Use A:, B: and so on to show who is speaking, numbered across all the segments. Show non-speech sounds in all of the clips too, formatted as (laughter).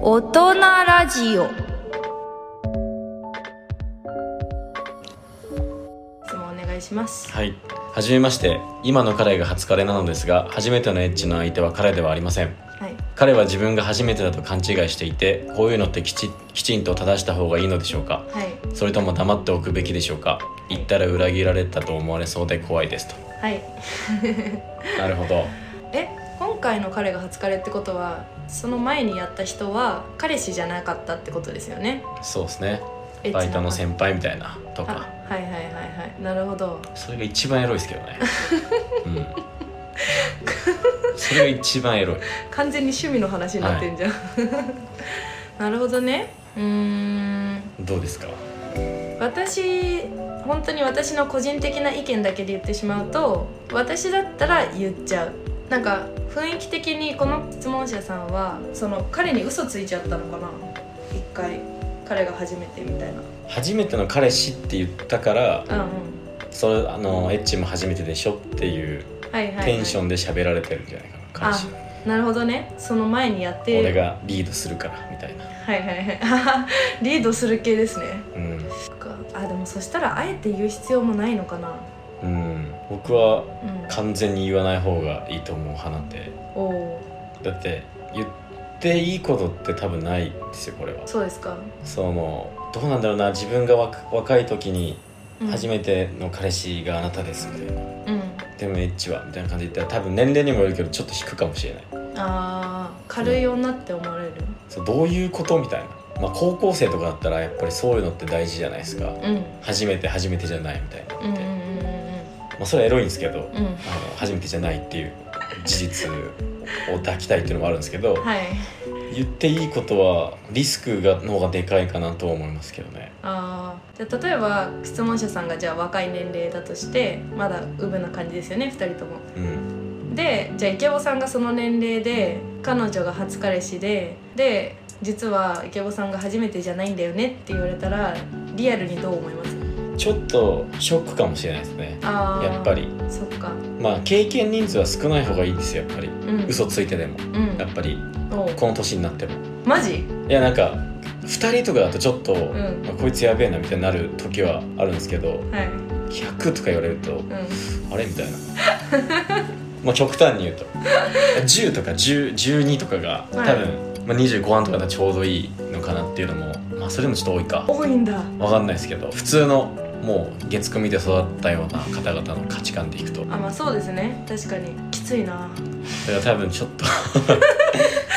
A: 大人ラジオ質問お願いします
B: はい。はじめまして。今の彼が初彼なのですが、初めてのエッチの相手は彼ではありません。
A: はい
B: 彼は自分が初めてだと勘違いしていて、こういうのってきちきちんと正した方がいいのでしょうか
A: はい
B: それとも黙っておくべきでしょうか言ったら裏切られたと思われそうで怖いですと。
A: はい
B: なるほど。
A: え今回の彼が初彼ってことはその前にやった人は彼氏じゃなかったってことですよね
B: そうですね。
A: エッチ
B: バイトの先輩みたいなと
A: あ
B: か。
A: はいはいはいはいなるほど
B: それが一番エロいですけ (laughs) どね。うん。それが一番エロい。
A: 完全に趣味の話になってんじゃん、 (laughs) なるほどねうーん
B: どうですか
A: 私本当に私の個人的な意見だけで言ってしまうと私だったら言っちゃうなんか雰囲気的にこの質問者さんはその彼に嘘ついちゃったのかな一回彼が初めてみたいな
B: 初めての彼氏って言ったから、
A: うんうん
B: それあのエッチも初めてでしょっていう
A: はいはい、はい、
B: テンションで喋られてるんじゃないかな彼氏
A: なるほどねその前にやって
B: 俺がリードするからみたいな
A: はいはいはいあ (laughs) ははリードする系ですね
B: うん、
A: そっかあでもそしたらあえて言う必要もないのかな
B: うん、僕は
A: うん
B: 完全に言わない方がいいと思う派なんで
A: おお
B: だって言っていいことって多分ないですよこれは
A: そうですか、
B: そうもうどうなんだろうな自分が若若い時に
A: うん、
B: 初めての彼氏があなたですみたいな、
A: うん
B: でもエッチはみたいな感じで言ったら多分年齢にもよるけどちょっと引くかもしれない
A: あー軽い女って思われる
B: そうどういうことみたいな、まあ、高校生とかだったらやっぱりそういうのって大事じゃないですか
A: うん
B: 初めて初めてじゃないみたいなって、
A: うんうんうん
B: まあ、それはエロいんですけど
A: うんうん
B: あの初めてじゃないっていう事実を抱きたいっていうのもあるんですけど
A: はい
B: 言っていいことはリスクがの方がでかいかなと思いますけどね
A: あーじゃあ例えば質問者さんがじゃあ若い年齢だとしてまだウブな感じですよね2人とも
B: うん
A: でじゃあ池坊さんがその年齢で彼女が初彼氏でで実は池坊さんが初めてじゃないんだよねって言われたらリアルにどう思います
B: ちょっとショックかもしれないですね
A: あー
B: やっぱり
A: そっか
B: まあ経験人数は少ない方がいいですよやっぱり
A: うん
B: 嘘ついてでも
A: うん
B: やっぱり
A: おう
B: この年になっても
A: マジ
B: いやなんか2人とかだとちょっと、
A: ん
B: あこいつやべえなみたいになる時はあるんですけど
A: はい
B: 100とか言われると
A: うん
B: あれみたいなまあ極端に言うと10とか10 12とかが多分、
A: はい
B: まあ、25半とかだとちょうどいいのかなっていうのもまあそれでもちょっと多いか
A: 多いんだ
B: わかんないですけど普通のもう月組で育ったような方々の価値観でいくとだか
A: あまあそうですね確かにきついな
B: ら多分ち
A: (laughs)
B: ょっと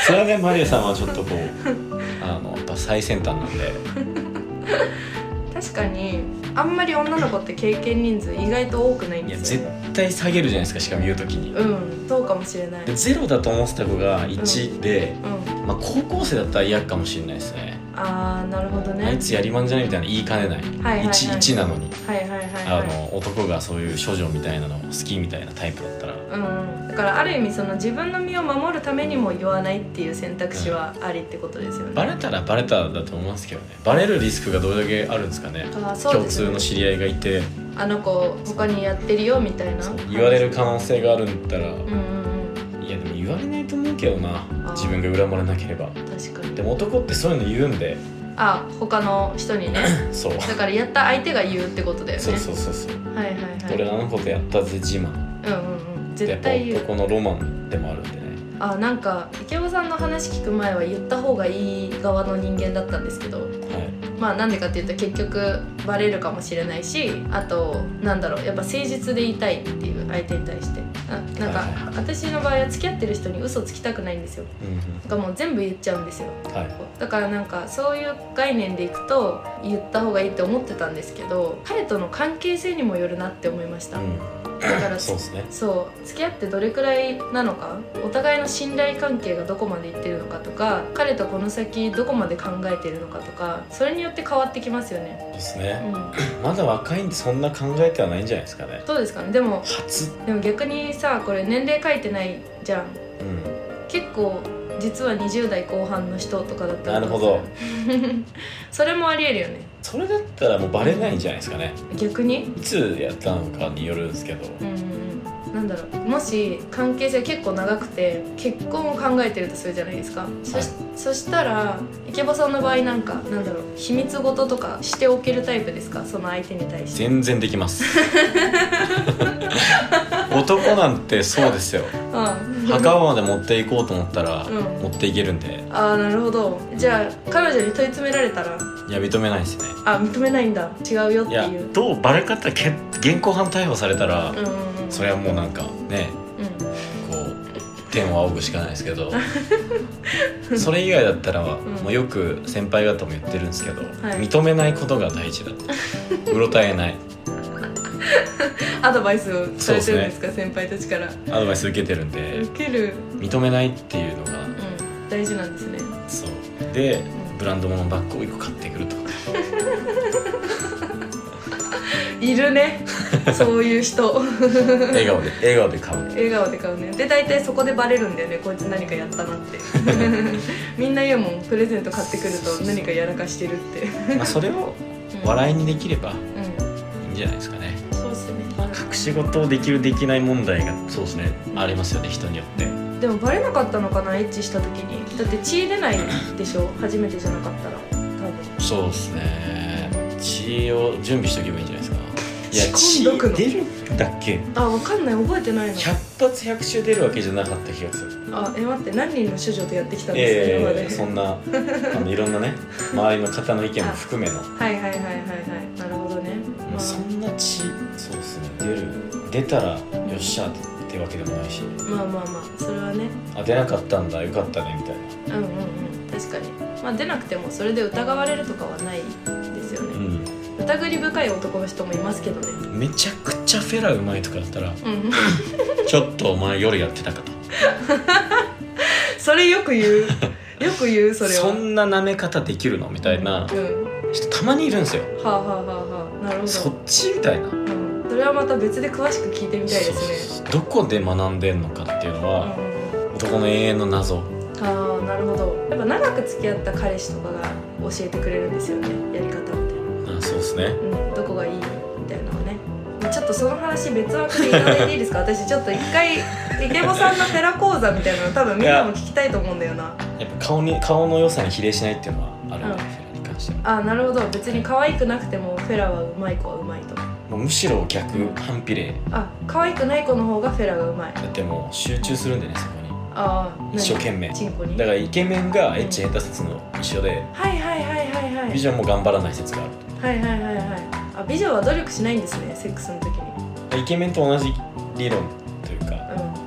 B: それはねマリアさんはちょっとこうあのやっぱ最先端なんで
A: 確かにあんまり女の子って経験人数意外と多くないん
B: いや
A: ですよ
B: 絶対下げるじゃないですかしかも言う時に。
A: うんそうかもしれない
B: でゼロだと思ってた子が1で、
A: うん
B: まあ、高校生だったら嫌かもしれないですね
A: ああなるほどね
B: あいつやりまんじゃないみたいな言いかねない
A: はいはいはい
B: 一一なのに、
A: はいはいはいはい
B: あの男がそういう処女みたいなの好きみたいなタイプだったら
A: うんうんだからある意味その自分の身を守るためにも言わないっていう選択肢はありってことですよね、
B: バレたらバレただと思いますけどねバレるリスクがどれだけあるんですかね
A: あーそう
B: 共
A: です
B: 通
A: ね
B: の知り合いがいて
A: あの子他にやってるよみたいな
B: 言われる可能性があるんだったら、
A: うんうん
B: いやでも言われないと思うけどな
A: ー
B: 自分が恨まれなければ
A: うん確かに
B: でも男ってそういうの言うんで
A: あ他の人にね
B: (laughs) そう
A: だからやった相手が言うってことだよね
B: そうそうそうそう、
A: はいはいはい
B: 俺あのことやったぜ自慢
A: うんうんうん
B: や
A: 絶
B: っぱ
A: 対言う
B: 男のロマンでもあるんでね
A: あなんか池尾さんの話聞く前は言った方がいい側の人間だったんですけど
B: はい
A: まあなんでかっていうと結局バレるかもしれないしあとなんだろうやっぱ誠実でいたいっていう相手に対してあなんか
B: はいは
A: 私の場合は付き合ってる人に嘘つきたくないんですよ
B: うん
A: だからもう全部言っちゃうんですよ
B: うんはい
A: だからなんかそういう概念でいくと言った方がいいって思ってたんですけど彼との関係性にもよるなって思いました、
B: う
A: だから
B: んそうですね
A: そう付き合ってどれくらいなのかお互いの信頼関係がどこまでいってるのかとか彼とこの先どこまで考えてるのかとかそれによって変わってきますよね、
B: そうです
A: う
B: ね
A: ん、
B: まだ若いんでそんな考えてはないんじゃないですかね
A: どうですかねでも
B: 初
A: でも逆にさこれ年齢書いてないじゃん
B: うん
A: 結構実は20代後半の人とかだったら
B: なるほど
A: うする (laughs) それもありえるよね
B: それだったらもうバレないんじゃないですかね
A: 逆に
B: いつやったのかによるんですけど
A: うんうんななんだろうもし関係性結構長くて結婚を考えてるとするじゃないですか、そしそしたらイケボさんの場合なんかなんだろう秘密事とかしておけるタイプですかその相手に対して
B: 全然できます
A: (laughs)
B: 男なんてそうですよ
A: あ
B: 墓場まで持っていこうと思ったら、
A: うん
B: 持っていけるんで
A: ああーなるほどじゃあ彼女に問い詰められたら
B: いや認めないですね
A: あ認めないんだ違うよっ
B: い
A: て
B: や
A: いう
B: どうバレ方け現行犯逮捕されたら、
A: うんうんうん
B: それはもうなんかねこう天を仰ぐしかないですけど (laughs) それ以外だったら、もうよく先輩方も言ってるんですけど、
A: い
B: 認めないことが大事だと (laughs) うろたえない
A: うんアドバイスをされてるんですか先輩たちから
B: アドバイス受けてるんで
A: 受ける、
B: 認めないっていうのが
A: うん、大事なんですね
B: そうでブランド物のバッグを1個買ってくる (laughs) とか
A: いる
B: (laughs)
A: ねそういう人
B: 笑顔で笑顔で買う
A: 笑顔で買うねで大体そこでバレるんだよねこいつ何かやったなって
B: (laughs)
A: みんな言うもんプレゼント買ってくると何かやらかしてるって
B: (laughs) まあ、それを笑いにできればい
A: い、うん、
B: いんじゃないですかね
A: そうですね
B: 隠し事をできるできない問題がそうですねありますよね人によって
A: でもバレなかったのかなエッチした時にだって血出ないでしょ初めてじゃなかったら多分
B: そうですね血を準備しておけばいいんじゃないですかいや
A: 仕込んどくの
B: 血出るんだっけ
A: あわかんない覚えてないの
B: 100発100中出るわけじゃなかった気がする
A: あえ待って何人の処女とやってきたんですか、今ま
B: ええ
A: で
B: そんなあのいろんなね周りの方の意見も含めの
A: はいはいはいはいはいなるほどね、ま
B: まあ
A: あ、
B: そんな血そうですね出る出たらよっしゃってわけでもないし
A: まあまあまあそれはね
B: あ出なかったんだよかったねみたい
A: うんうんうん確かにまあ出なくてもそれで疑われるとかはないですよね、
B: な、
A: 疑り深い男の人もいますけどね
B: うん、めちゃくちゃフェラうまいとかだったら
A: うん
B: ちょっとお前夜やってたかと
A: (laughs) それよく言うよく言うそ
B: そ
A: れは
B: んな舐め方できるのみたい
A: う
B: な
A: ん
B: 人たまにいるんですよ
A: はあはあはあはあなるほ
B: そ
A: ど
B: っちみたいな
A: うんそれはまた別で詳しく聞いてみたいですね
B: そうどこで学んでんのかっていうの
A: うん
B: は男の永遠の謎
A: ああなるほどやっぱ長く付き合った彼氏とかが教えてくれるんですよねやり方って、
B: あそうですね
A: うん、どこがいいみたいなのねまあちょっとその話別枠でいただいていいですか私ちょっと一回イケボさんのペラ講座みたいなの多分みんなも聞きたいと思うんだよな
B: やっぱ顔に顔の良さに比例しないっていうのはあるよね、
A: うん
B: フェラに関しては
A: あーなるほど別に可愛くなくてもフェラはうまい子はうまいと
B: もうむしろ逆反比例
A: あ可愛くない子の方がフェラがうまい
B: だってもう集中するんでねそこに
A: ああ
B: 一生懸命
A: チンコに
B: だ
A: はい
B: からイケメンがエッチ下手説の一緒で
A: はいはいはいはい
B: 美女も頑張らない説がある
A: はいはいはいはいあ美女は努力しないんですねセックスの時に
B: とイケメンと同じ理論というか
A: うん待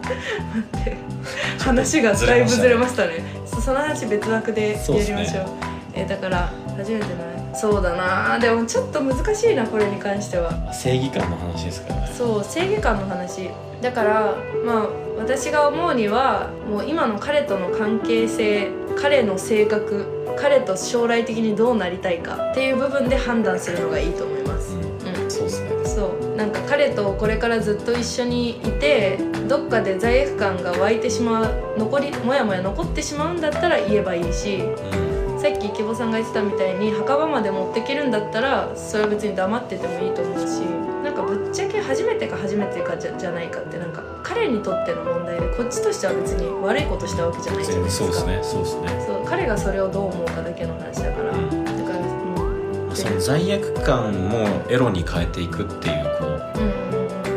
A: って (laughs) 話がだいぶずれましたねそその話別枠でやりましょ
B: そう
A: う
B: っすね
A: えーだから初めてないそうだなでもちょっと難しいなこれに関しては
B: 正義感の話ですからね
A: そう正義感の話だからまあ私が思うにはもう今の彼との関係性彼の性格彼と将来的にどうなりたいかっていう部分で判断するのがいいと思います、うん
B: うん、そうですね
A: そうなんか彼とこれからずっと一緒にいてどっかで罪悪感が湧いてしまう残りもやもや残ってしまうんだったら言えばいいし
B: うん
A: さっきイケボさんが言ってたみたいに墓場まで持ってけるんだったらそれは別に黙っててもいいと思うしなんかぶっちゃけ初めてか初めてかじゃじゃないかってなんか彼にとっての問題でこっちとしては別に悪いことしたわけじゃないじゃないで
B: 全部
A: す
B: そ
A: か
B: うですねそうですね
A: そう彼がそれをどう思うかだけの話だから、
B: うん
A: だからうん
B: その罪悪感もエロに変えていくっていうこ
A: う
B: う
A: んうんう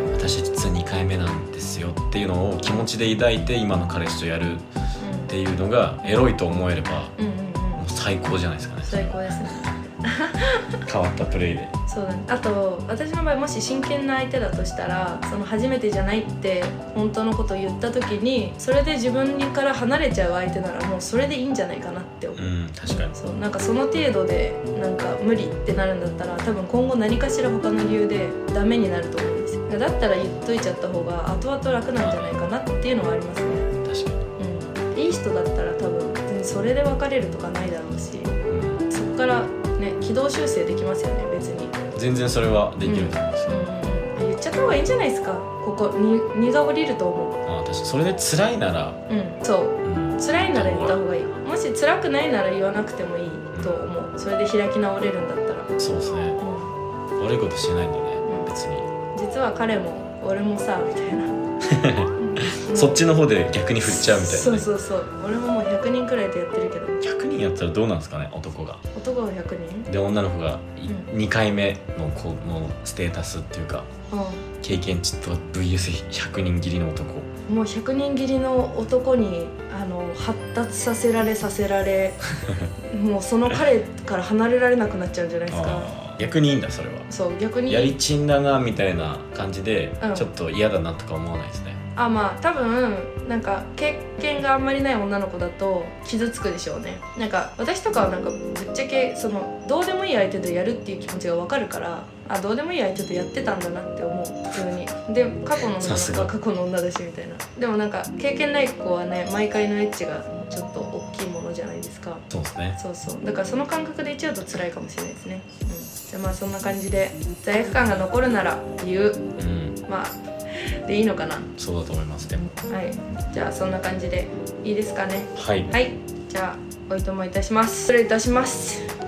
A: んうん
B: 私実は2回目なんですよっていうのを気持ちで抱いて今の彼氏とやるっていうのがエロいと思えれば
A: うんうんうん
B: もう最高じゃないですかね
A: 最高ですね
B: 変わったプレイで
A: そうだねあと私の場合もし真剣な相手だとしたらその初めてじゃないって本当のことを言った時にそれで自分から離れちゃう相手ならもうそれでいいんじゃないかなって思う、
B: うん確かに
A: そうなんかその程度でなんか無理ってなるんだったら多分今後何かしら他の理由でダメになると思うんですよだったら言っといちゃった方が後々楽なんじゃないかなっていうのはありますね、
B: 確かに、
A: うん、いい人だったら多分別にそれで別れるとかないだろうし
B: うん、
A: そこからね軌道修正できますよね別に
B: 全然それはできると思います、
A: う
B: ね
A: ん言っちゃった方がいいんじゃないですかここに荷が下りると思
B: ああ確かにそれで辛いなら、
A: ううんそう
B: うん、
A: 辛いなら言った方がいいもし辛くないなら言わなくてもいいと思うそれで開き直れるんだったら、
B: そうですね
A: う
B: 悪いことしてないんだね
A: んうん
B: 別に (laughs)
A: 実は彼も俺もさみたいな
B: そっちの方で逆に振っちゃうみたいな、ね、
A: そうそうそう俺ももう100人くらいでやってるけど
B: 100人やったらどうなんですかね男が
A: 男は100人
B: で女の子がい
A: うん
B: 2回目のこのステータスっていうか経験値と VS100 人切りの男
A: うんもう100人切りの男にあの発達させられさせら
B: (laughs)
A: れもうその彼から離れられなくなっちゃうんじゃないですか
B: あー逆にいいんだそれは
A: そう逆に
B: やりちんだなみたいな感じで、
A: うん
B: ちょっと嫌だなとか思わないですね
A: あまあ多分なんか経験があんまりない女の子だと傷つくでしょうねなんか私とかはなんかぶっちゃけそのどうでもいい相手とやるっていう気持ちがわかるからあどうでもいい相手とやってたんだなって思う普通にで過去の女
B: さ
A: の
B: す
A: 子
B: が
A: は過去の女だしみたいなでもなんか経験ない子はね毎回のエッチがちょっと大きいものじゃないですか
B: そうですね
A: そうそうだからその感覚でいっちゃうと辛いかもしれないですね、うん、じゃあまあそんな感じで罪悪感が残るなら言う
B: うん
A: まあでいいのかな
B: そうだと思いますでも
A: はい、じゃあそんな感じでいいですかね。
B: はい
A: はい、じゃあおいともいたします。失礼いたします。